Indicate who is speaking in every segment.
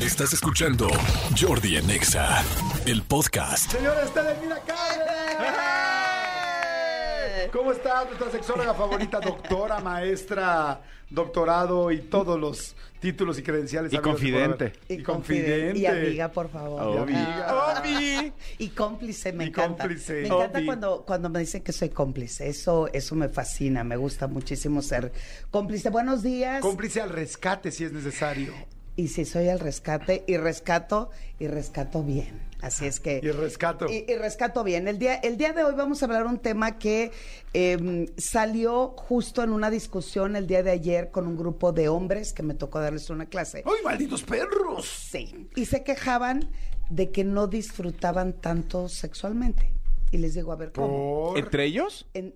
Speaker 1: Estás escuchando Jordi en Exa, el podcast.
Speaker 2: Señores, Telemira Cárdenas. ¿Cómo estás? Nuestra sexóloga favorita, doctora, maestra, doctorado y todos los títulos y credenciales.
Speaker 3: Y
Speaker 2: habidos
Speaker 3: confidente.
Speaker 2: por haber. Y, confidente.
Speaker 4: Y amiga, Ah. por favor.
Speaker 3: Obvio.
Speaker 2: Amiga.
Speaker 4: Obvi. Y cómplice, me
Speaker 2: Y
Speaker 4: encanta.
Speaker 2: cómplice.
Speaker 4: Me encanta
Speaker 2: Obvi.
Speaker 4: cuando, cuando me dicen que soy cómplice. Eso, eso me fascina, me gusta muchísimo ser cómplice. Buenos días.
Speaker 2: Cómplice al rescate si es necesario.
Speaker 4: y si soy al rescate, y rescato, y rescato bien. Así es que.
Speaker 2: Y rescato.
Speaker 4: Y, y rescato bien. El día, el día de hoy vamos a hablar un tema que eh, salió justo en una discusión el día de ayer con un grupo de hombres que me tocó darles una clase.
Speaker 2: ¡Ay, malditos perros!
Speaker 4: Sí. Y se quejaban de que no disfrutaban tanto sexualmente. Y les digo, a ver, ¿cómo?
Speaker 2: Por...
Speaker 3: ¿Entre ellos?
Speaker 4: En-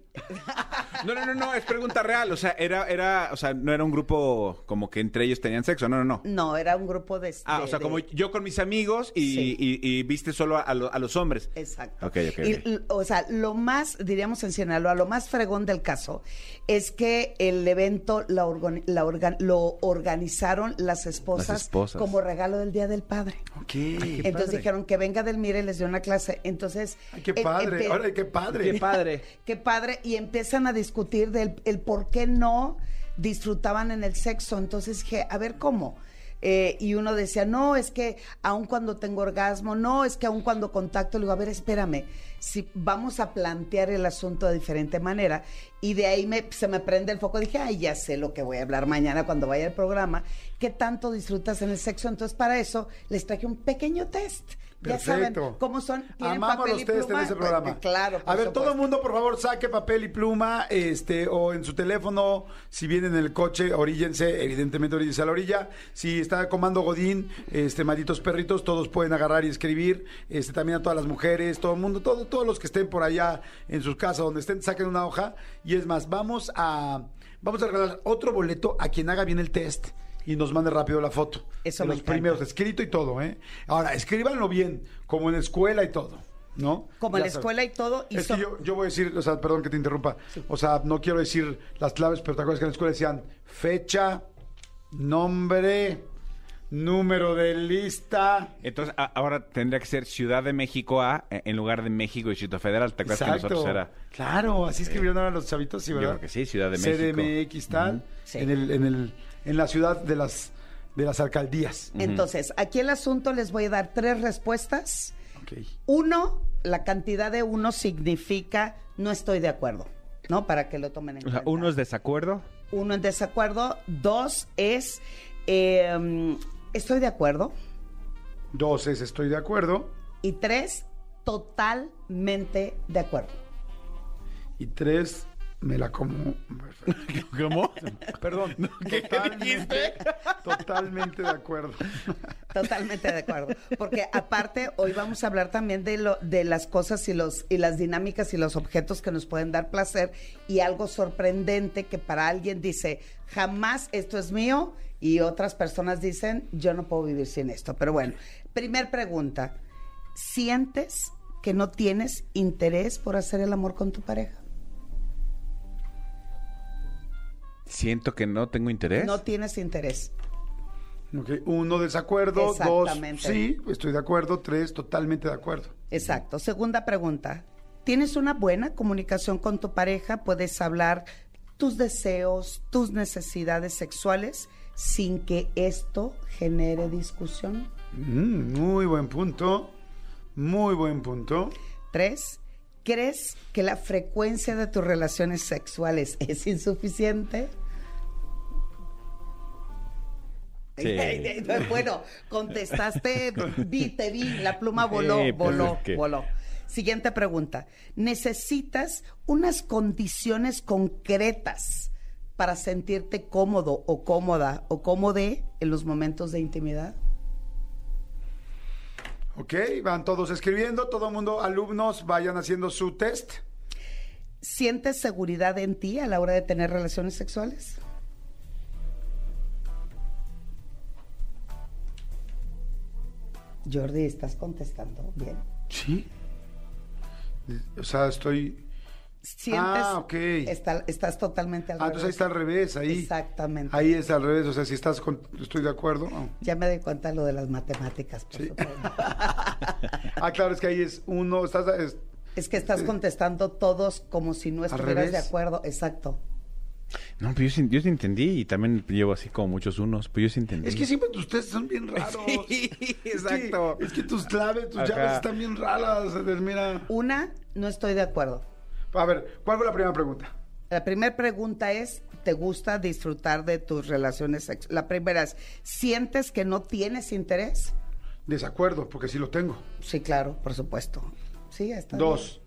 Speaker 3: No, no, no, no, es pregunta real. O sea, era, era, o sea, no era un grupo como que entre ellos tenían sexo, no, no, no.
Speaker 4: no, era un grupo de...
Speaker 3: Ah,
Speaker 4: de-
Speaker 3: o sea,
Speaker 4: de-
Speaker 3: como yo con mis amigos y,
Speaker 4: Sí.
Speaker 3: y- y viste solo a, a lo- a los hombres.
Speaker 4: Exacto.
Speaker 3: Ok, ok,
Speaker 4: Y,
Speaker 3: ok.
Speaker 4: l- o sea, lo más, diríamos en Sinaloa, lo más fregón del caso es que el evento la orgon- la organ- lo organizaron las esposas,
Speaker 3: Las esposas.
Speaker 4: como regalo del Día del Padre.
Speaker 2: Ok.
Speaker 4: Entonces dijeron que venga del Mire y les dio una clase. Entonces...
Speaker 2: Ay, qué
Speaker 4: em-
Speaker 2: padre.
Speaker 4: empe-
Speaker 2: Ahora, qué padre.
Speaker 3: Qué padre.
Speaker 4: Qué padre. Y empiezan a discutir del el por qué no disfrutaban en el sexo. Entonces dije, a ver cómo. Eh, y uno decía, no, es que aun cuando tengo orgasmo, no, es que aun cuando contacto, le digo, a ver, espérame, si vamos a plantear el asunto de diferente manera. Y de ahí me, se me prende el foco, dije, ay, ya sé lo que voy a hablar mañana cuando vaya al programa, qué tanto disfrutas en el sexo. Entonces, para eso, les traje un pequeño test. Ya saben
Speaker 2: Perfecto.
Speaker 4: cómo son. ¿Tienen
Speaker 2: Amamos
Speaker 4: papel
Speaker 2: los
Speaker 4: y
Speaker 2: test en
Speaker 4: pluma? Pues
Speaker 2: ese este programa.
Speaker 4: Claro. por
Speaker 2: A ver, todo
Speaker 4: supuesto.
Speaker 2: el mundo, por favor, saque papel y pluma, este, o en su teléfono, si viene en el coche, oríllense, evidentemente oríllense a la orilla. Si está comando Godín, este, malditos perritos, todos pueden agarrar y escribir. Este, también a todas las mujeres, todo el mundo, todo, todos los que estén por allá en sus casas, donde estén, saquen una hoja. Y es más, vamos a, vamos a regalar otro boleto a quien haga bien el test. Y nos mande rápido la foto.
Speaker 4: Eso
Speaker 2: de
Speaker 4: me
Speaker 2: los
Speaker 4: encanta.
Speaker 2: primeros escrito y todo, ¿eh? Ahora, escríbanlo bien, como en la escuela y todo, ¿no?
Speaker 4: Como en la
Speaker 2: Ya sabes.
Speaker 4: escuela y todo, y
Speaker 2: Es
Speaker 4: son-
Speaker 2: que yo, yo voy a decir, o sea, perdón que te interrumpa, o sea, no quiero decir las claves, pero te acuerdas que en la escuela decían fecha, nombre, número de lista.
Speaker 3: Entonces, a- ahora tendría que ser Ciudad de México A eh, en lugar de México y Ciudad Federal. ¿Te acuerdas que nosotros era?
Speaker 2: Claro, así escribieron ahora los chavitos, sí,
Speaker 3: Yo
Speaker 2: ¿verdad?
Speaker 3: creo que sí, Ciudad de
Speaker 2: CDMX tal,
Speaker 3: Ujú.
Speaker 4: Sí.
Speaker 2: en, el, en, el, en la ciudad de las, de las alcaldías.
Speaker 4: Entonces, aquí el asunto les voy a dar tres respuestas.
Speaker 2: Ok.
Speaker 4: Uno, la cantidad de uno significa no estoy de acuerdo, ¿no? Para que lo tomen en
Speaker 3: O sea,
Speaker 4: cuenta.
Speaker 3: uno es desacuerdo.
Speaker 4: Uno en desacuerdo. Dos es eh, estoy de acuerdo.
Speaker 2: Dos es estoy de acuerdo
Speaker 4: Y tres, totalmente de acuerdo.
Speaker 2: y tres me la como.
Speaker 3: ¿Cómo?
Speaker 2: Perdón, totalmente, totalmente de acuerdo.
Speaker 4: Totalmente de acuerdo. Porque aparte, hoy vamos a hablar también de, lo, de las cosas y, los, y las dinámicas y los objetos que nos pueden dar placer y algo sorprendente que para alguien dice, jamás esto es mío y otras personas dicen, yo no puedo vivir sin esto. Pero bueno, primer pregunta, ¿sientes que no tienes interés por hacer el amor con tu pareja?
Speaker 3: Siento que no tengo interés.
Speaker 4: No tienes interés.
Speaker 2: Ok, Uno, desacuerdo. Dos,
Speaker 4: Exactamente.
Speaker 2: sí, estoy de acuerdo. Tres, totalmente de acuerdo.
Speaker 4: Exacto. Segunda pregunta. ¿Tienes una buena comunicación con tu pareja? ¿Puedes hablar tus deseos, tus necesidades sexuales sin que esto genere discusión?
Speaker 2: Mm, muy buen punto. Muy buen punto.
Speaker 4: Tres, ¿crees que la frecuencia de tus relaciones sexuales es insuficiente?
Speaker 3: Sí.
Speaker 4: bueno, contestaste, vi, te vi, la pluma voló,
Speaker 3: Sí, pues,
Speaker 4: voló,
Speaker 3: es que-
Speaker 4: voló. Siguiente pregunta. ¿Necesitas unas condiciones concretas para sentirte cómodo o cómoda o cómode en los momentos de intimidad?
Speaker 2: Ok, van todos escribiendo. Todo mundo, alumnos, vayan haciendo su test.
Speaker 4: ¿Sientes seguridad en ti a la hora de tener relaciones sexuales? Jordi, ¿estás contestando bien?
Speaker 2: Sí. O sea, estoy.
Speaker 4: sientes.
Speaker 2: Ah, ok.
Speaker 4: está- estás totalmente al
Speaker 2: Ah,
Speaker 4: revés.
Speaker 2: entonces ahí está al revés, ahí.
Speaker 4: Exactamente.
Speaker 2: Ahí está al revés, o sea, si estás con... Estoy de acuerdo. Ah.
Speaker 4: Ya me di cuenta lo de las matemáticas, por supuesto.
Speaker 2: Ah, claro, es que ahí es uno, estás... es-
Speaker 4: Es que estás contestando todos como si no
Speaker 2: Al
Speaker 4: estuvieras de
Speaker 2: revés.
Speaker 4: acuerdo. Exacto.
Speaker 3: No, pero yo sí, yo sí entendí y también llevo así como muchos unos, pero yo sí entendí.
Speaker 2: Es que siempre ustedes son bien raros.
Speaker 3: Sí,
Speaker 2: Es que-
Speaker 3: exacto.
Speaker 2: Es que, tus claves, tus
Speaker 3: Ajá.
Speaker 2: llaves están bien raras. Eder, Mira.
Speaker 4: Una, no estoy de acuerdo.
Speaker 2: A ver, ¿cuál fue la primera pregunta?
Speaker 4: La primera pregunta es, ¿te gusta disfrutar de tus relaciones sexuales? La primera es, ¿sientes que no tienes interés?
Speaker 2: Desacuerdo, porque sí lo tengo.
Speaker 4: Sí, claro, por supuesto. Sí, está bien.
Speaker 2: Dos.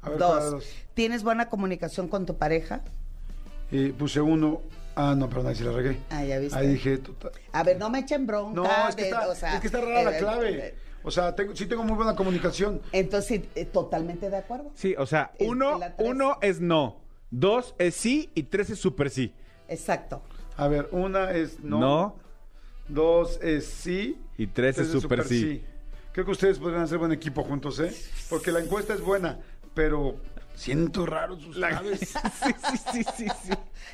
Speaker 2: A ver, ¿cuál era
Speaker 4: Dos.
Speaker 2: dos?
Speaker 4: ¿Tienes buena comunicación con tu pareja?
Speaker 2: Eh, puse uno. Ah, no, perdón, ahí sí la regué.
Speaker 4: Ah, ya viste.
Speaker 2: Ahí dije, total.
Speaker 4: A ver, no me echen bronca.
Speaker 2: No, es que,
Speaker 4: de-
Speaker 2: está,
Speaker 4: o sea,
Speaker 2: es que está rara la
Speaker 4: eh,
Speaker 2: clave.
Speaker 4: eh,
Speaker 2: O sea, tengo, sí tengo muy buena comunicación.
Speaker 4: Entonces, eh, totalmente de acuerdo.
Speaker 3: Sí, o sea,
Speaker 4: Es-
Speaker 3: uno,
Speaker 4: la tres.
Speaker 3: uno es no, dos es sí y tres es super sí.
Speaker 4: Exacto.
Speaker 2: A ver, una es no.
Speaker 3: No,
Speaker 2: Dos es sí.
Speaker 3: Y tres es súper sí.
Speaker 2: Creo que ustedes podrían hacer buen equipo juntos, ¿eh? Porque la encuesta es buena, pero siento raro sus claves.
Speaker 3: sí, sí, sí, sí, sí.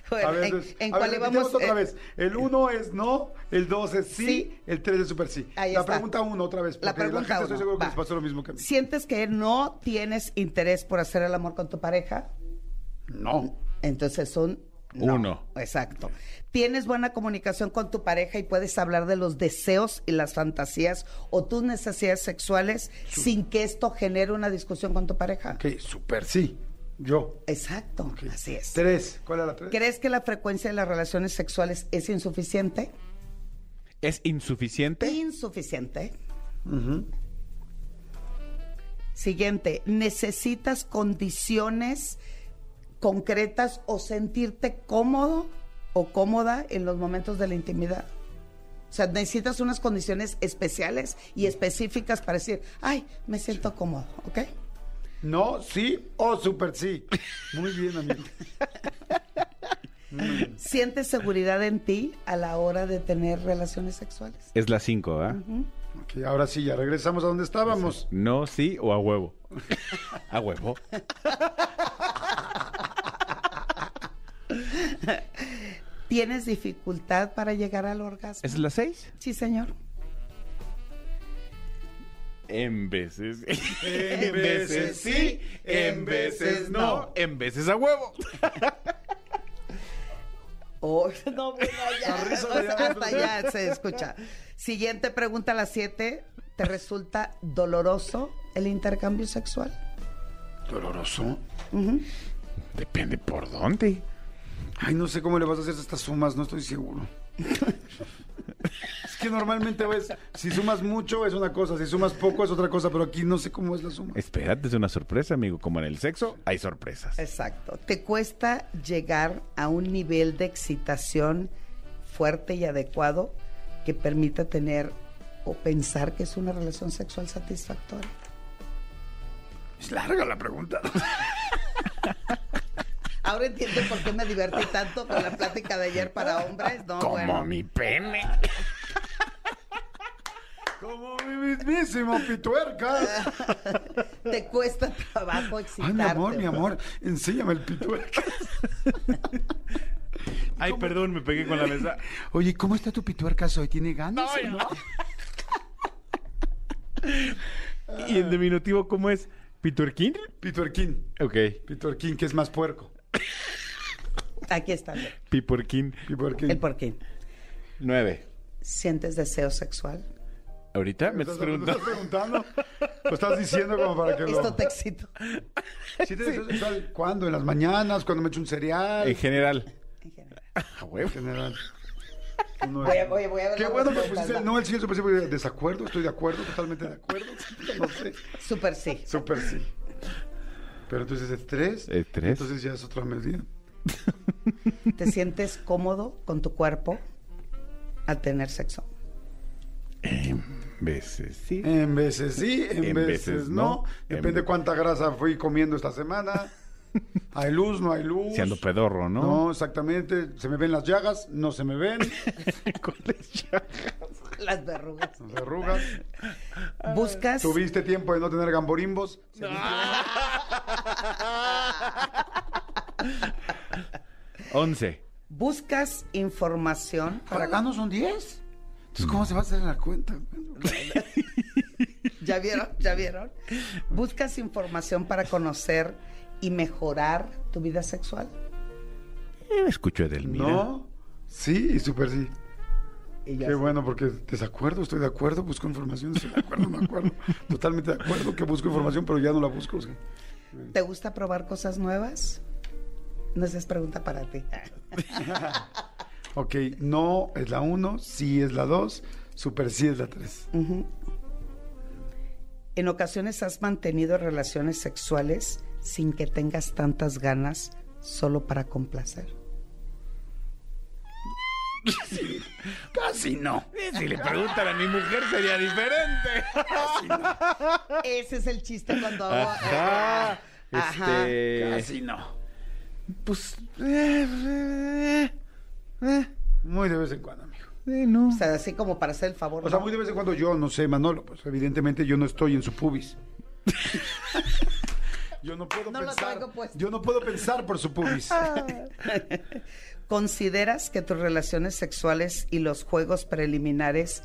Speaker 4: Bueno,
Speaker 2: a ver,
Speaker 4: ¿en,
Speaker 2: entonces,
Speaker 4: en
Speaker 2: a ver,
Speaker 4: cuál
Speaker 2: repitamos
Speaker 4: íbamos?
Speaker 2: otra
Speaker 4: Eh,
Speaker 2: vez. El uno es no, el dos es sí,
Speaker 4: Sí.
Speaker 2: el tres es súper sí.
Speaker 4: Ahí
Speaker 2: la
Speaker 4: está.
Speaker 2: pregunta uno otra vez, porque
Speaker 4: La
Speaker 2: la,
Speaker 4: pregunta
Speaker 2: gente estoy
Speaker 4: uno,
Speaker 2: seguro que
Speaker 4: va.
Speaker 2: les pasó lo mismo que a mí.
Speaker 4: ¿Sientes que no tienes interés por hacer el amor con tu pareja?
Speaker 2: No.
Speaker 4: Entonces son no.
Speaker 3: Uno.
Speaker 4: Exacto. ¿Tienes buena comunicación con tu pareja y puedes hablar de los deseos y las fantasías o tus necesidades sexuales sin que esto genere una discusión con tu pareja?
Speaker 2: Ok, súper sí. Yo.
Speaker 4: Exacto, así es.
Speaker 2: Tres. ¿Cuál era la tres?
Speaker 4: ¿Crees que la frecuencia de las relaciones sexuales es insuficiente?
Speaker 3: ¿Es insuficiente?
Speaker 4: Insuficiente. Siguiente, ¿necesitas condiciones concretas o sentirte cómodo o cómoda en los momentos de la intimidad? O sea, necesitas unas condiciones especiales y específicas para decir, ay, me siento cómodo, ¿ok?
Speaker 2: No, sí o súper sí. Muy bien, amigo.
Speaker 4: ¿Sientes seguridad en ti a la hora de tener relaciones sexuales?
Speaker 3: Es la cinco, ¿ah? ¿verdad?
Speaker 2: Ok, ahora sí, ya regresamos a donde estábamos.
Speaker 3: No, sí o a huevo. a huevo.
Speaker 4: ¿Tienes dificultad para llegar al orgasmo?
Speaker 3: ¿Es la seis?
Speaker 4: Sí, señor.
Speaker 3: En veces.
Speaker 2: En veces sí, en veces no,
Speaker 3: en veces a huevo.
Speaker 4: Oh, no, bueno, ya.
Speaker 2: La risa
Speaker 4: O sea,
Speaker 2: de Ana
Speaker 4: hasta ya se escucha. Siguiente pregunta, la siete. ¿Te resulta doloroso el intercambio sexual?
Speaker 2: Doloroso.
Speaker 3: Depende por dónde.
Speaker 2: Ay, no sé cómo le vas a hacer estas sumas, no estoy seguro. es que normalmente ves, si sumas mucho es una cosa, si sumas poco es otra cosa, pero aquí no sé cómo es la suma.
Speaker 3: Espérate, es una sorpresa, amigo. Como en el sexo, hay sorpresas.
Speaker 4: Exacto. ¿Te cuesta llegar a un nivel de excitación fuerte y adecuado que permita tener o pensar que es una relación sexual satisfactoria?
Speaker 2: Es larga la pregunta.
Speaker 4: Ahora entiendo por qué me divertí tanto con la plática de ayer para hombres, ¿no?
Speaker 3: Como
Speaker 4: bueno.
Speaker 3: mi pene.
Speaker 2: Como mi mismísimo pituercas.
Speaker 4: Te cuesta trabajo
Speaker 2: Ay,
Speaker 4: excitarte.
Speaker 2: mi amor, mi amor, enséñame el pituercas.
Speaker 3: Ay, perdón, me pegué con la mesa.
Speaker 2: Oye, ¿cómo está tu pituercas hoy? ¿Tiene ganas o no?
Speaker 3: ¿Y el diminutivo cómo es? ¿Piturquín?
Speaker 2: Pituerquín.
Speaker 3: Ok.
Speaker 2: Pituerquín, que es más puerco.
Speaker 4: Aquí está. mira.
Speaker 3: Pipurquín.
Speaker 2: Pituerquín.
Speaker 4: El por qué.
Speaker 3: Nueve.
Speaker 4: ¿Sientes deseo sexual?
Speaker 3: ¿Ahorita me estás
Speaker 2: ¿Estás, me estás
Speaker 3: preguntando?
Speaker 2: preguntando? Lo estás diciendo como para que
Speaker 4: Esto
Speaker 2: lo...
Speaker 4: te excito.
Speaker 2: ¿Sí te deseo sexual? ¿Cuándo? ¿En las mañanas? ¿Cuando me echo un cereal?
Speaker 3: En general.
Speaker 4: en general.
Speaker 3: A huevo.
Speaker 2: general. Uno
Speaker 4: Voy a-
Speaker 2: es-
Speaker 4: voy a- voy a ver
Speaker 2: Qué
Speaker 4: la
Speaker 2: bueno que
Speaker 4: respuesta,
Speaker 2: pusiste el
Speaker 4: ¿no?
Speaker 2: no, el sí, el super sí, porque desacuerdo, estoy de acuerdo, totalmente de acuerdo. No sé.
Speaker 4: Súper sí.
Speaker 2: Super sí. Pero entonces es tres.
Speaker 3: Es tres.
Speaker 2: Entonces ya es otra medida.
Speaker 4: ¿Te sientes cómodo con tu cuerpo al tener sexo?
Speaker 2: Eh,
Speaker 3: Veces, sí.
Speaker 2: En veces sí, en,
Speaker 3: En
Speaker 2: veces,
Speaker 3: veces
Speaker 2: no.
Speaker 3: no.
Speaker 2: Depende
Speaker 3: En-
Speaker 2: cuánta grasa fui comiendo esta semana. Hay luz, no hay luz.
Speaker 3: Siendo pedorro, ¿no?
Speaker 2: No, exactamente. ¿Se me ven las llagas? No se me ven.
Speaker 3: ¿Cuáles ya?
Speaker 4: Las verrugas.
Speaker 2: Las arrugas.
Speaker 4: ¿Buscas?
Speaker 2: ¿Tuviste tiempo de no tener gamborimbos?
Speaker 3: 11.
Speaker 4: Buscas información
Speaker 2: Para acá no son 10. Entonces, ¿cómo se va a hacer la cuenta?
Speaker 4: ¿Ya vieron? ¿Ya vieron? Buscas información para conocer y mejorar tu vida sexual.
Speaker 3: Escucho Edelmira.
Speaker 2: No. Sí, y súper sí.
Speaker 4: Y ya
Speaker 2: Qué
Speaker 4: está.
Speaker 2: bueno, porque desacuerdo, estoy de acuerdo, busco información, estoy de acuerdo, no acuerdo. Totalmente de acuerdo que busco información, pero ya no la busco. o sea.
Speaker 4: ¿Te gusta probar cosas nuevas? No esa es pregunta para ti.
Speaker 2: Ok, no es la 1, sí es la 2, súper sí es la 3.
Speaker 4: En ocasiones has mantenido relaciones sexuales sin que tengas tantas ganas solo para complacer.
Speaker 2: Casi no.
Speaker 3: Si le preguntan a mi mujer sería diferente.
Speaker 4: Ese es el chiste cuando hago.
Speaker 3: Ajá.
Speaker 4: Ajá.
Speaker 3: Este,
Speaker 2: Casi no.
Speaker 3: Pues. eh, eh, eh,
Speaker 2: Muy de vez en cuando, amigo.
Speaker 3: eh, no.
Speaker 4: O sea, así como para hacer el favor.
Speaker 2: O sea,
Speaker 4: ¿no?
Speaker 2: muy de vez en cuando yo, no sé, Manolo, pues evidentemente yo no estoy en su pubis. yo no puedo
Speaker 4: No lo
Speaker 2: pensar.
Speaker 4: traigo puesto.
Speaker 2: Yo no puedo pensar por su pubis.
Speaker 3: Ah.
Speaker 4: ¿Consideras que tus relaciones sexuales y los juegos preliminares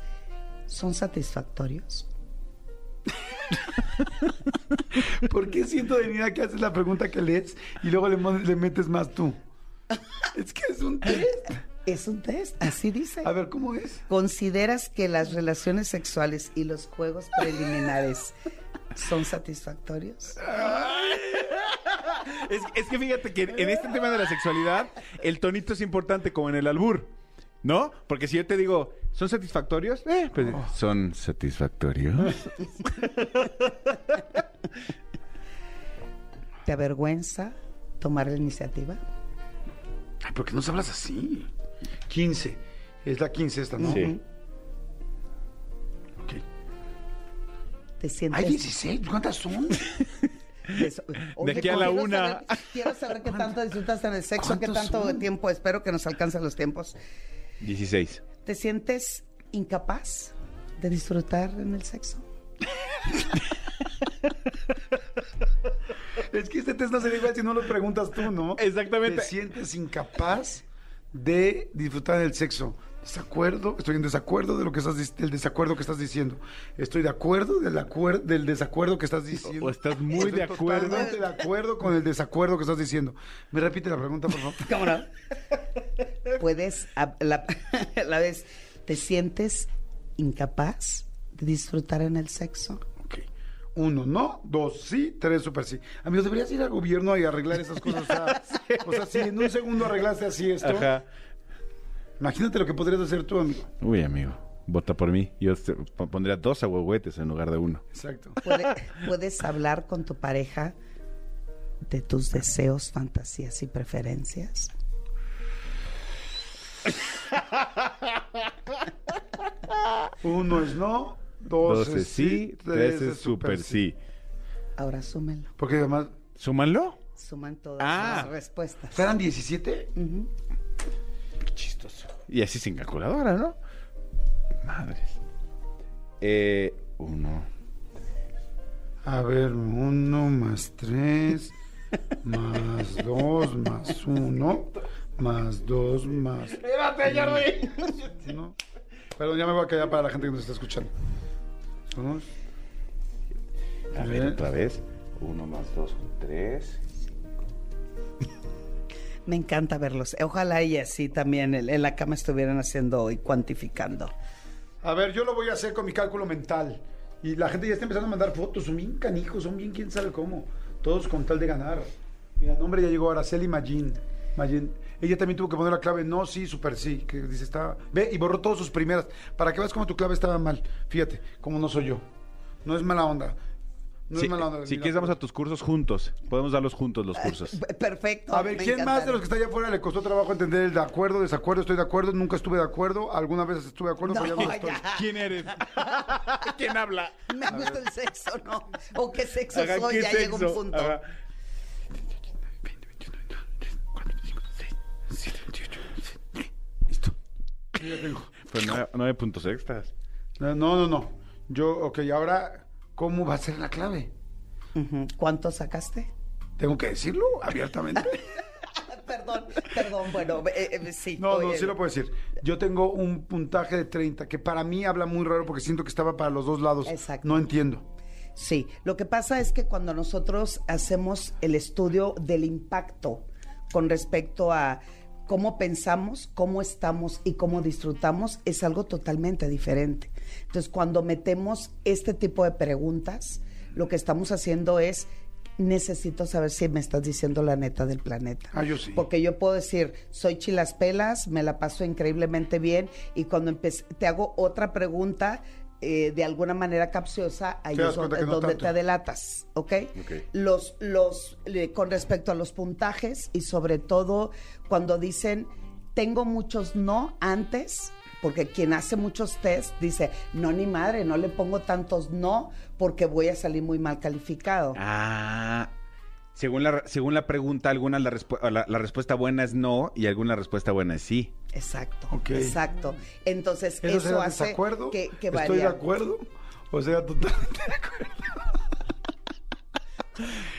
Speaker 4: son satisfactorios?
Speaker 2: ¿Por qué siento de niña que haces la pregunta que lees y luego le, mon- le metes más tú? Es que es un test.
Speaker 4: Es un test, así dice.
Speaker 2: A ver, ¿cómo es?
Speaker 4: ¿Consideras que las relaciones sexuales y los juegos preliminares son satisfactorios?
Speaker 3: Es, es que fíjate que en, en este tema de la sexualidad, el tonito es importante como en el albur. ¿No? Porque si yo te digo, ¿son satisfactorios? Eh, pues,
Speaker 2: Oh.
Speaker 3: son satisfactorios.
Speaker 4: ¿Te avergüenza tomar la iniciativa?
Speaker 2: Ay, Ah, ¿por qué nos hablas así? 15. Es la 15 esta, ¿no?
Speaker 3: Sí.
Speaker 2: Ok.
Speaker 4: ¿Te sientes
Speaker 2: Hay 16. ¿Cuántas son?
Speaker 4: des- Oye,
Speaker 3: aquí a la
Speaker 4: quiero
Speaker 3: una.
Speaker 4: saber- quiero saber qué tanto disfrutas en el sexo, qué
Speaker 2: ¿Cuántos
Speaker 4: tanto
Speaker 2: son?
Speaker 4: tiempo. Espero que nos alcancen los tiempos.
Speaker 3: 16.
Speaker 4: ¿Te sientes incapaz de disfrutar en el sexo?
Speaker 2: Es que este test no sería igual si no lo preguntas tú, ¿no?
Speaker 3: Exactamente.
Speaker 2: Te sientes incapaz de disfrutar del sexo. Desacuerdo, estoy en desacuerdo de lo que estás dic- del desacuerdo que estás diciendo. Estoy de acuerdo del acuer- del desacuerdo que estás diciendo.
Speaker 3: O estás muy de
Speaker 2: Estoy
Speaker 3: acuerdo.
Speaker 2: Totalmente de acuerdo con el desacuerdo que estás diciendo. Me repite la pregunta, por favor.
Speaker 4: Puedes, a- la, la vez, ¿te sientes incapaz de disfrutar en el sexo?
Speaker 2: Ok. Uno, no. Dos, sí. Tres, super sí. Amigos, deberías ir al gobierno y arreglar esas cosas. O sea, o sea, si en un segundo arreglaste así esto,
Speaker 3: Ajá.
Speaker 2: imagínate lo que podrías hacer tú, amigo.
Speaker 3: Uy, amigo, vota por mí. Yo se- po- pondría dos agüehuetes en lugar de uno.
Speaker 2: Exacto.
Speaker 4: Puede- puedes hablar con tu pareja de tus deseos, fantasías y preferencias.
Speaker 2: Uno es no, dos,
Speaker 3: Dos es sí, tres es súper sí.
Speaker 4: Ahora súmenlo.
Speaker 2: Porque además,
Speaker 3: Súmanlo.
Speaker 4: Suman todas
Speaker 3: Ah.
Speaker 4: las respuestas.
Speaker 2: ¿serán 17?
Speaker 3: Chistoso. Y así sin calculadora, ¿no? Madres. Eh, uno.
Speaker 2: A ver, uno más tres, más dos, más uno, más dos, más... ¡Espérate, Jordi! No. Perdón, ya me voy a callar para la gente que nos está escuchando. Uno,
Speaker 3: A ver,
Speaker 2: Tres.
Speaker 3: otra vez. Uno más dos, tres.
Speaker 4: Me encanta verlos. Ojalá y así también en, en la cama estuvieran haciendo y cuantificando.
Speaker 2: A ver, yo lo voy a hacer con mi cálculo mental. Y la gente ya está empezando a mandar fotos. Son bien canijos, son bien quién sabe cómo. Todos con tal de ganar. Mira, el nombre ya llegó Araceli Magín. Magín. Ella también tuvo que poner la clave no, sí, super sí. Que dice, estaba. Ve y borró todas sus primeras. Para que veas cómo tu clave estaba mal. Fíjate, como no soy yo. No es mala onda. No
Speaker 3: si
Speaker 2: es mala onda.
Speaker 3: si
Speaker 2: Mira,
Speaker 3: quieres, vamos a tus cursos juntos. Podemos darlos juntos
Speaker 2: Ah,
Speaker 3: los
Speaker 2: eh,
Speaker 3: cursos.
Speaker 4: P- Perfecto.
Speaker 2: A ver,
Speaker 4: me
Speaker 2: ¿quién más de los
Speaker 4: encantaron.
Speaker 2: que está allá afuera le costó trabajo entender el de acuerdo, desacuerdo, estoy de acuerdo, nunca estuve de acuerdo, alguna vez estuve de acuerdo, pero ya no
Speaker 4: No,
Speaker 2: estoy?
Speaker 4: ya.
Speaker 3: ¿Quién eres? ¿Quién habla?
Speaker 4: Me gusta el sexo, ¿no? O qué sexo
Speaker 3: Ajá,
Speaker 4: soy,
Speaker 3: ¿qué
Speaker 4: ya llega un
Speaker 3: sexo?
Speaker 4: punto.
Speaker 3: Ajá. Pues nueve, nueve puntos extras.
Speaker 2: Eh, No, no, no. Yo, ok, ahora, ¿cómo va a ser la clave?
Speaker 4: Ujú. ¿Cuánto sacaste?
Speaker 2: ¿Tengo que decirlo abiertamente?
Speaker 4: perdón, perdón, bueno, eh, eh, sí.
Speaker 2: No, no,
Speaker 4: oye,
Speaker 2: sí lo puedo decir. Yo tengo un puntaje de 30, que para mí habla muy raro porque siento que estaba para los dos lados.
Speaker 4: Exacto.
Speaker 2: No entiendo.
Speaker 4: Sí, lo que pasa es que cuando nosotros hacemos el estudio del impacto con respecto a cómo pensamos, cómo estamos y cómo disfrutamos, es algo totalmente diferente. Entonces, cuando metemos este tipo de preguntas, lo que estamos haciendo es, necesito saber si me estás diciendo la neta del planeta.
Speaker 2: Ah, yo sí.
Speaker 4: Porque yo puedo decir, soy chilas pelas, me la paso increíblemente bien y cuando empe- te hago otra pregunta, eh, de alguna manera capciosa, ahí
Speaker 2: Te das
Speaker 4: es donde,
Speaker 2: cuenta que no
Speaker 4: donde
Speaker 2: tanto.
Speaker 4: te adelatas, ¿ok? Los, los, le- con respecto a los puntajes y sobre todo cuando dicen, tengo muchos no antes, porque quien hace muchos test dice, no, ni madre, no le pongo tantos no porque voy a salir muy mal calificado.
Speaker 3: Ah. Según la, según la pregunta, alguna la, respu- la- la respuesta buena es no y alguna respuesta buena es sí.
Speaker 4: Exacto,
Speaker 2: Ok.
Speaker 4: exacto. Entonces,
Speaker 2: ¿Eso,
Speaker 4: eso,
Speaker 2: será
Speaker 4: hace
Speaker 2: desacuerdo?
Speaker 4: que, que
Speaker 2: ¿Estoy de
Speaker 4: varía.
Speaker 2: acuerdo? O sea, totalmente.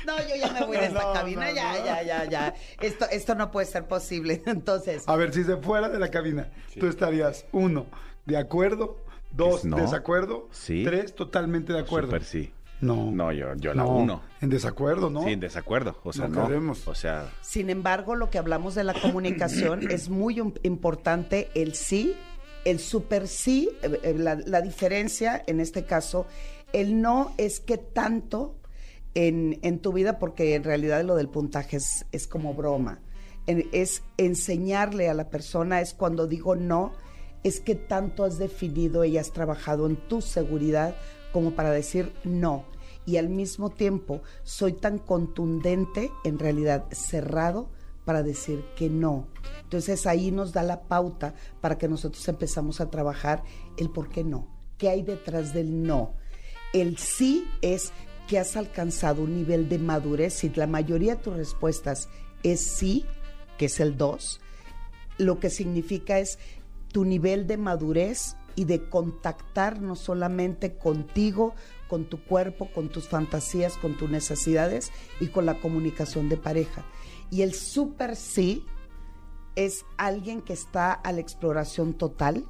Speaker 4: No, yo ya me voy de esta
Speaker 2: No,
Speaker 4: cabina,
Speaker 2: no,
Speaker 4: ya,
Speaker 2: no.
Speaker 4: ya, ya, ya. Esto, esto no puede ser posible. Entonces,
Speaker 2: A ver, si se fuera de la cabina, tú estarías, uno, de acuerdo, dos,
Speaker 3: Es no.
Speaker 2: desacuerdo,
Speaker 3: Sí.
Speaker 2: tres, totalmente de acuerdo.
Speaker 3: Súper sí.
Speaker 2: No.
Speaker 3: No, yo, yo la
Speaker 2: No,
Speaker 3: uno.
Speaker 2: En desacuerdo, ¿no?
Speaker 3: Sí, en desacuerdo. O sea,
Speaker 2: No
Speaker 3: no.
Speaker 2: queremos.
Speaker 3: O sea,
Speaker 4: sin embargo, lo que hablamos de la comunicación es muy im- importante el sí, el super sí, eh, eh, la, la diferencia en este caso, el no es que tanto en, en tu vida, porque en realidad lo del puntaje es, es como broma. En- es enseñarle a la persona, es cuando digo no, es que tanto has definido y has trabajado en tu seguridad como para decir no. Y al mismo tiempo soy tan contundente, en realidad cerrado, para decir que no. Entonces ahí nos da la pauta para que nosotros empezamos a trabajar el por qué no. ¿Qué hay detrás del no? El sí es que has alcanzado un nivel de madurez. Si la mayoría de tus respuestas es sí, que es el 2, lo que significa es tu nivel de madurez y de contactar no solamente contigo, con tu cuerpo, con tus fantasías, con tus necesidades y con la comunicación de pareja. Y el super sí es alguien que está a la exploración total,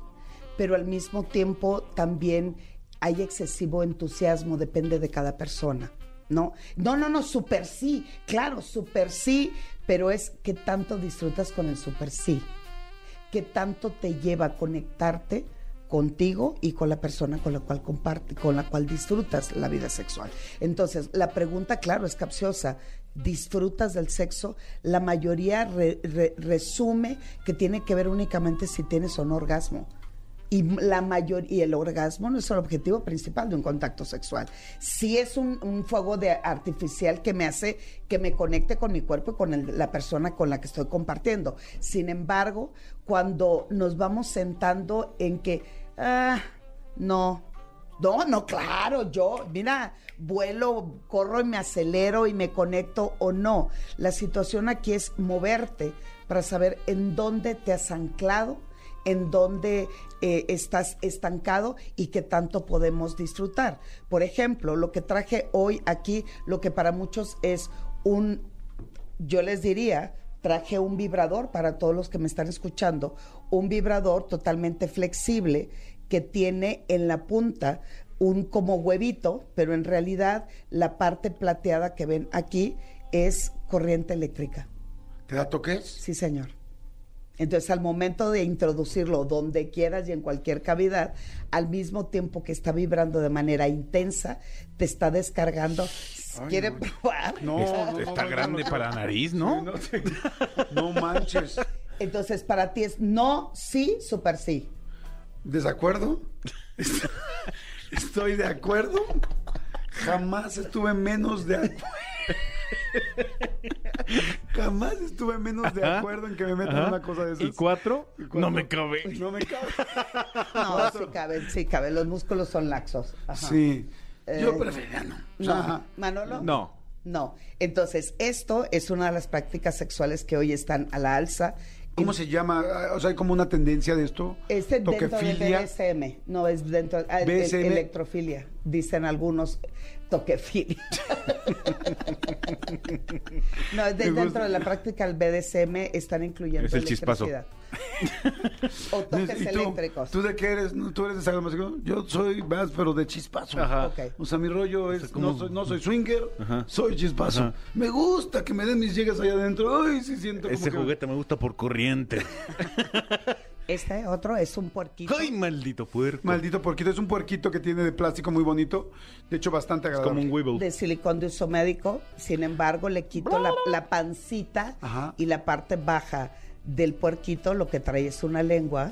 Speaker 4: pero al mismo tiempo también hay excesivo entusiasmo, depende de cada persona, ¿no? No, no, no, super sí, claro, super sí, pero es que tanto disfrutas con el super sí, que tanto te lleva a conectarte contigo y con la persona con la cual comparte, con la cual disfrutas la vida sexual. Entonces, la pregunta, claro, es capciosa. ¿Disfrutas del sexo? La mayoría re- re- resume que tiene que ver únicamente si tienes o no orgasmo. Y la mayor y el orgasmo no es el objetivo principal de un contacto sexual. Si es un, un fuego de artificial que me hace que me conecte con mi cuerpo y con el- la persona con la que estoy compartiendo. Sin embargo, cuando nos vamos sentando en que ah, no, no, no, claro, yo, mira, vuelo, corro y me acelero y me conecto o no. La situación aquí es moverte para saber en dónde te has anclado en dónde eh, estás estancado y qué tanto podemos disfrutar. Por ejemplo, lo que traje hoy aquí, lo que para muchos es un, yo les diría, traje un vibrador para todos los que me están escuchando, un vibrador totalmente flexible que tiene en la punta un como huevito, pero en realidad la parte plateada que ven aquí es corriente eléctrica.
Speaker 2: ¿Te da toques?
Speaker 4: Sí, señor. Entonces, al momento de introducirlo donde quieras y en cualquier cavidad, al mismo tiempo que está vibrando de manera intensa, te está descargando. ¿Quiere probar?
Speaker 2: No, no, no,
Speaker 3: está
Speaker 2: no,
Speaker 3: grande
Speaker 2: no,
Speaker 3: para
Speaker 2: no.
Speaker 3: nariz, ¿no?
Speaker 2: No, sí. No manches.
Speaker 4: Entonces, para ti es no, sí, super sí.
Speaker 2: ¿Desacuerdo? ¿Estoy de acuerdo? Jamás estuve menos de acuerdo. Jamás estuve menos de acuerdo en que me metan
Speaker 3: Ajá.
Speaker 2: una cosa de esas.
Speaker 3: ¿Y cuatro?
Speaker 2: ¿Y cuatro?
Speaker 3: No me cabe.
Speaker 2: No me cabe.
Speaker 4: No, sí caben, sí caben. Los músculos son laxos. Ajá.
Speaker 2: Sí. Yo
Speaker 4: Eh,
Speaker 2: preferiría no. O sea,
Speaker 4: No. Manolo.
Speaker 3: No.
Speaker 4: No. Entonces, esto es una de las prácticas sexuales que hoy están a la alza
Speaker 2: ¿Cómo se llama? Ah, O sea, hay como una tendencia de esto.
Speaker 4: Este dentro del
Speaker 2: Toquefilia.
Speaker 4: BSM, no es dentro ah, el- el-
Speaker 2: BSM.
Speaker 4: electrofilia, dicen algunos toquefilia. no, es de-
Speaker 2: Me gusta.
Speaker 4: dentro de la práctica del BDSM están incluyendo
Speaker 3: Es el chispazo.
Speaker 4: electricidad. o toques
Speaker 2: ¿Y tú?
Speaker 4: eléctricos.
Speaker 2: ¿Tú de qué eres? ¿No? ¿Tú eres de San Yo soy más, pero de chispazo.
Speaker 3: Ajá.
Speaker 4: Ok.
Speaker 2: O sea, mi rollo es,
Speaker 3: como-
Speaker 2: no, soy, no soy swinger,
Speaker 3: Ajá.
Speaker 2: soy chispazo.
Speaker 3: Ajá.
Speaker 2: Me gusta que me den mis llegas allá adentro. Ay, sí siento como
Speaker 3: Ese
Speaker 2: que-
Speaker 3: juguete me gusta por corriente.
Speaker 4: Este otro es un puerquito.
Speaker 3: ¡Ay, maldito puerco!
Speaker 2: Maldito porquito, es un puerquito que tiene de plástico muy bonito, de hecho bastante
Speaker 3: Es
Speaker 2: agradable.
Speaker 3: como un Weevil.
Speaker 4: de silicón de uso médico, sin embargo le quito la, la pancita
Speaker 2: Ajá.
Speaker 4: y la parte baja del puerquito, lo que trae es una lengua.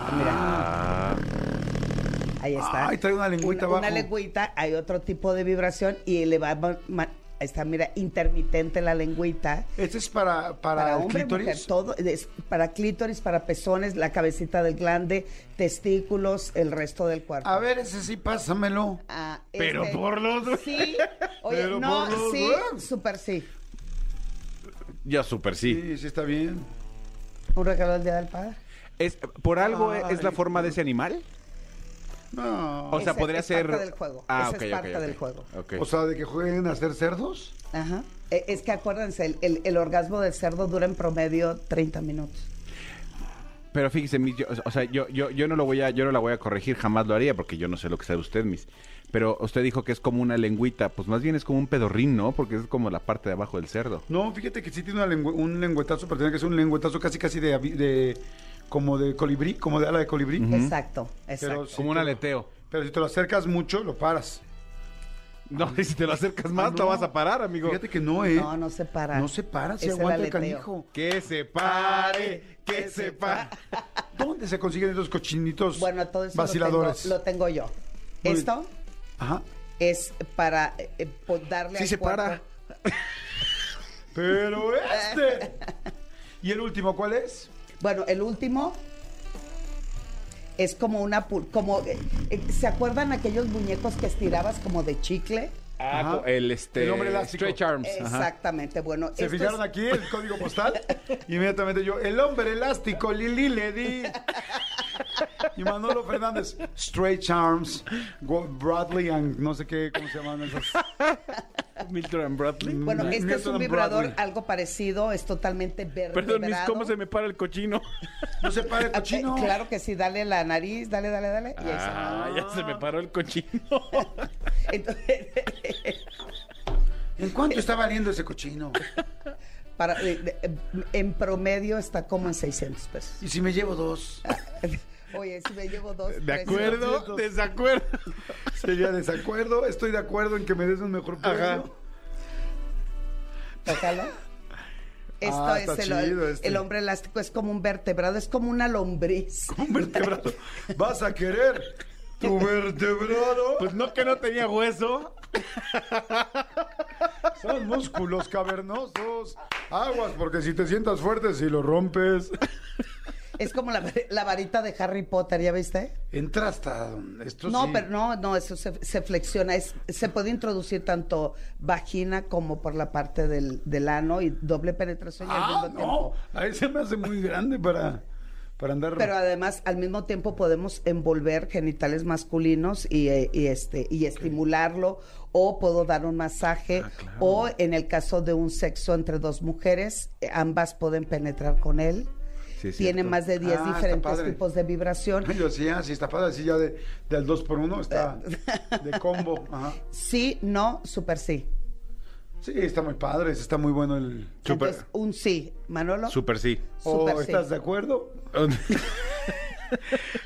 Speaker 4: Ah, Mira. Ahí está.
Speaker 2: Ay, trae una lengüita
Speaker 4: una,
Speaker 2: abajo.
Speaker 4: Una lengüita, hay otro tipo de vibración y le va ma- ma- ahí está, mira, intermitente la lengüita.
Speaker 2: Este es para, para, el
Speaker 4: hombre,
Speaker 2: clítoris.
Speaker 4: mujer, todo, es para clítoris, para pezones, la cabecita del glande, testículos, el resto del cuerpo.
Speaker 2: A ver, ese sí, pásamelo.
Speaker 4: Ah,
Speaker 3: Pero
Speaker 4: este-
Speaker 3: por los-
Speaker 4: Sí, oye,
Speaker 2: Pero
Speaker 4: no,
Speaker 2: por los-
Speaker 4: sí,
Speaker 2: ¡Ah!
Speaker 4: súper sí.
Speaker 3: Ya súper sí.
Speaker 2: Sí, sí está bien.
Speaker 4: Un regalo del Día del Padre.
Speaker 3: ¿Es, ¿Por algo e- es la
Speaker 2: Ay,
Speaker 3: forma de ese animal?
Speaker 2: No.
Speaker 3: O sea,
Speaker 4: Ah, Ese
Speaker 3: podría
Speaker 4: es
Speaker 3: ser...
Speaker 4: parte del juego.
Speaker 3: Ah,
Speaker 4: Ese
Speaker 3: ok,
Speaker 4: es
Speaker 3: ok,
Speaker 4: parte
Speaker 3: ok.
Speaker 4: del juego.
Speaker 3: Ok.
Speaker 2: O sea, de que jueguen a ser cerdos.
Speaker 4: Ajá. E- Es que acuérdense, el, el- el orgasmo del cerdo dura en promedio 30 minutos.
Speaker 3: Pero fíjese, mis, yo- o sea, yo, yo, yo no lo voy a, yo no la voy a corregir, jamás lo haría, porque yo no sé lo que sabe usted, mis. Pero usted dijo que es como una lengüita, pues más bien es como un pedorrín, ¿no? Porque es como la parte de abajo del cerdo.
Speaker 2: No, fíjate que sí tiene una lengüe- un lengüetazo, pero tiene que ser un lengüetazo casi casi de, avi- de como de colibrí, como de ala de colibrí.
Speaker 4: Exacto, exacto.
Speaker 2: Pero sí
Speaker 3: Como un
Speaker 2: te-
Speaker 3: aleteo.
Speaker 2: Pero si te lo acercas mucho, lo paras.
Speaker 3: No, y si te lo acercas más,
Speaker 2: Ah,
Speaker 3: lo
Speaker 2: no.
Speaker 3: vas a parar, amigo.
Speaker 2: Fíjate que no, ¿eh?
Speaker 4: No, no se para.
Speaker 2: No se para, se
Speaker 4: Es el
Speaker 2: aguanta el
Speaker 4: aleteo.
Speaker 2: canijo.
Speaker 3: Que se pare, que se pare.
Speaker 2: ¿Dónde se consiguen esos cochinitos
Speaker 4: Bueno, todo eso lo tengo,
Speaker 2: vaciladores?
Speaker 4: lo tengo yo.
Speaker 2: Muy
Speaker 4: Esto
Speaker 2: Ajá.
Speaker 4: es para eh, eh, po- darle
Speaker 3: Sí
Speaker 4: al
Speaker 3: se
Speaker 4: cuerpo-
Speaker 3: para.
Speaker 2: Pero este. ¿Y el último cuál es?
Speaker 4: Bueno, el último es como una pul- como eh, eh, ¿se acuerdan aquellos muñecos que estirabas como de chicle?
Speaker 3: Ah,
Speaker 2: Ajá.
Speaker 3: co- el este.
Speaker 2: El hombre elástico.
Speaker 3: Stretch arms. ajá.
Speaker 4: Exactamente. Bueno,
Speaker 2: Se
Speaker 4: esto es-
Speaker 2: fijaron aquí el código postal. Inmediatamente yo, el hombre elástico, Lili le di. Y Manolo Fernández, Straight Arms, Go- Bradley and no sé qué, ¿cómo se llaman esas?
Speaker 3: Milton and Bradley.
Speaker 4: Bueno,
Speaker 2: Mm,
Speaker 4: este es
Speaker 2: Milton
Speaker 4: un
Speaker 2: and
Speaker 4: vibrador,
Speaker 2: Bradley.
Speaker 4: algo parecido, es totalmente verde. Ah, eh,
Speaker 3: Perdón, mis, ¿cómo se me para el cochino?
Speaker 2: No se pare cochino.
Speaker 4: Claro que sí, dale la nariz, dale, dale, dale. y ahí está.
Speaker 3: Ah, ya se me paró el cochino.
Speaker 4: Entonces,
Speaker 2: ¿En cuánto está valiendo ese cochino?
Speaker 4: para, eh, eh, en promedio está como en 600 pesos.
Speaker 2: Y si me llevo dos.
Speaker 4: Oye, si me llevo dos.
Speaker 3: ¿De
Speaker 4: tres,
Speaker 3: acuerdo? ¿Desacuerdo?
Speaker 2: Sería desacuerdo. Estoy de acuerdo en que me des un mejor precio.
Speaker 3: Ajá.
Speaker 4: Tócalo. Esto
Speaker 2: Ah,
Speaker 4: es
Speaker 2: está
Speaker 4: el,
Speaker 2: chido este.
Speaker 4: el hombre elástico, es como un vertebrado, es como una lombriz.
Speaker 2: Un vertebrado. Vas a querer tu vertebrado.
Speaker 3: Pues no que no tenía hueso.
Speaker 2: Son músculos cavernosos. Aguas, porque si te sientas fuerte, si lo rompes.
Speaker 4: Es como la, la varita de Harry Potter, ¿ya viste?
Speaker 2: Entra hasta donde- esto
Speaker 4: No,
Speaker 2: Pues sí.
Speaker 4: pero no, no, eso se, se flexiona, es- se puede introducir tanto vagina como por la parte del, del ano y doble penetración y al
Speaker 2: Ah,
Speaker 4: mismo
Speaker 2: no.
Speaker 4: tiempo.
Speaker 2: Ahí se me hace muy grande para, para andar.
Speaker 4: Pero además, al mismo tiempo podemos envolver genitales masculinos y, eh, y este y estimularlo, o puedo dar un masaje,
Speaker 2: Ah,
Speaker 4: o en el caso de un sexo entre dos mujeres, eh, ambas pueden penetrar con él.
Speaker 3: Sí, es
Speaker 4: Tiene
Speaker 3: cierto.
Speaker 4: más de 10
Speaker 2: Ah, está
Speaker 4: diferentes
Speaker 2: padre.
Speaker 4: tipos de vibración.
Speaker 2: Ay, Yo sí, ah, sí, está padre. Sí, ya de, de al 2 por 1 está de combo. Ajá.
Speaker 4: Sí, no, super sí.
Speaker 2: Sí, está muy padre. sí, Está muy bueno el.
Speaker 3: Súper.
Speaker 4: Entonces, un sí, Manolo.
Speaker 3: Súper sí.
Speaker 4: súper
Speaker 2: Oh,
Speaker 4: sí.
Speaker 2: ¿Estás de acuerdo?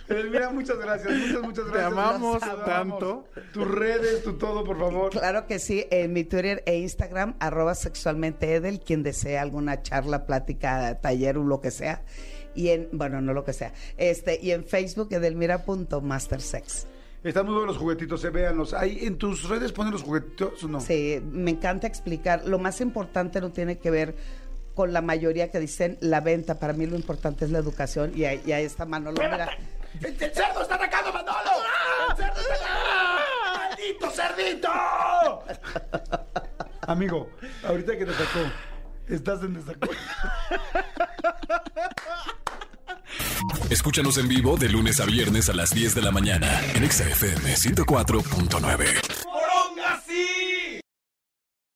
Speaker 2: Elvira, Eh, muchas gracias. Muchas, muchas gracias.
Speaker 3: amamos
Speaker 2: Los amamos.
Speaker 3: tanto.
Speaker 2: Tus redes, tu todo, por favor.
Speaker 4: Claro que sí, en mi Twitter e Instagram, arroba sexualmente Edel, quien desea alguna charla, plática, taller o lo que sea. Y en, bueno, no lo que sea. Este, y en Facebook, edelmira.mastersex.
Speaker 2: Están muy buenos los juguetitos, se véanlos. Ahí en tus redes ponen los juguetitos, o ¿no?
Speaker 4: Sí, me encanta explicar. Lo más importante no tiene que ver con la mayoría que dicen la venta. Para mí lo importante es la educación. Y ahí, y ahí está Manolo. Mira,
Speaker 2: ¡El, el cerdo está atacando, Manolo! ¡El cerdo está atacando! ¡Maldito cerdito! Amigo, ahorita que te sacó, estás en desacuerdo.
Speaker 1: Escúchanos en vivo de lunes a viernes a las 10 de la mañana en Exa FM 104.9.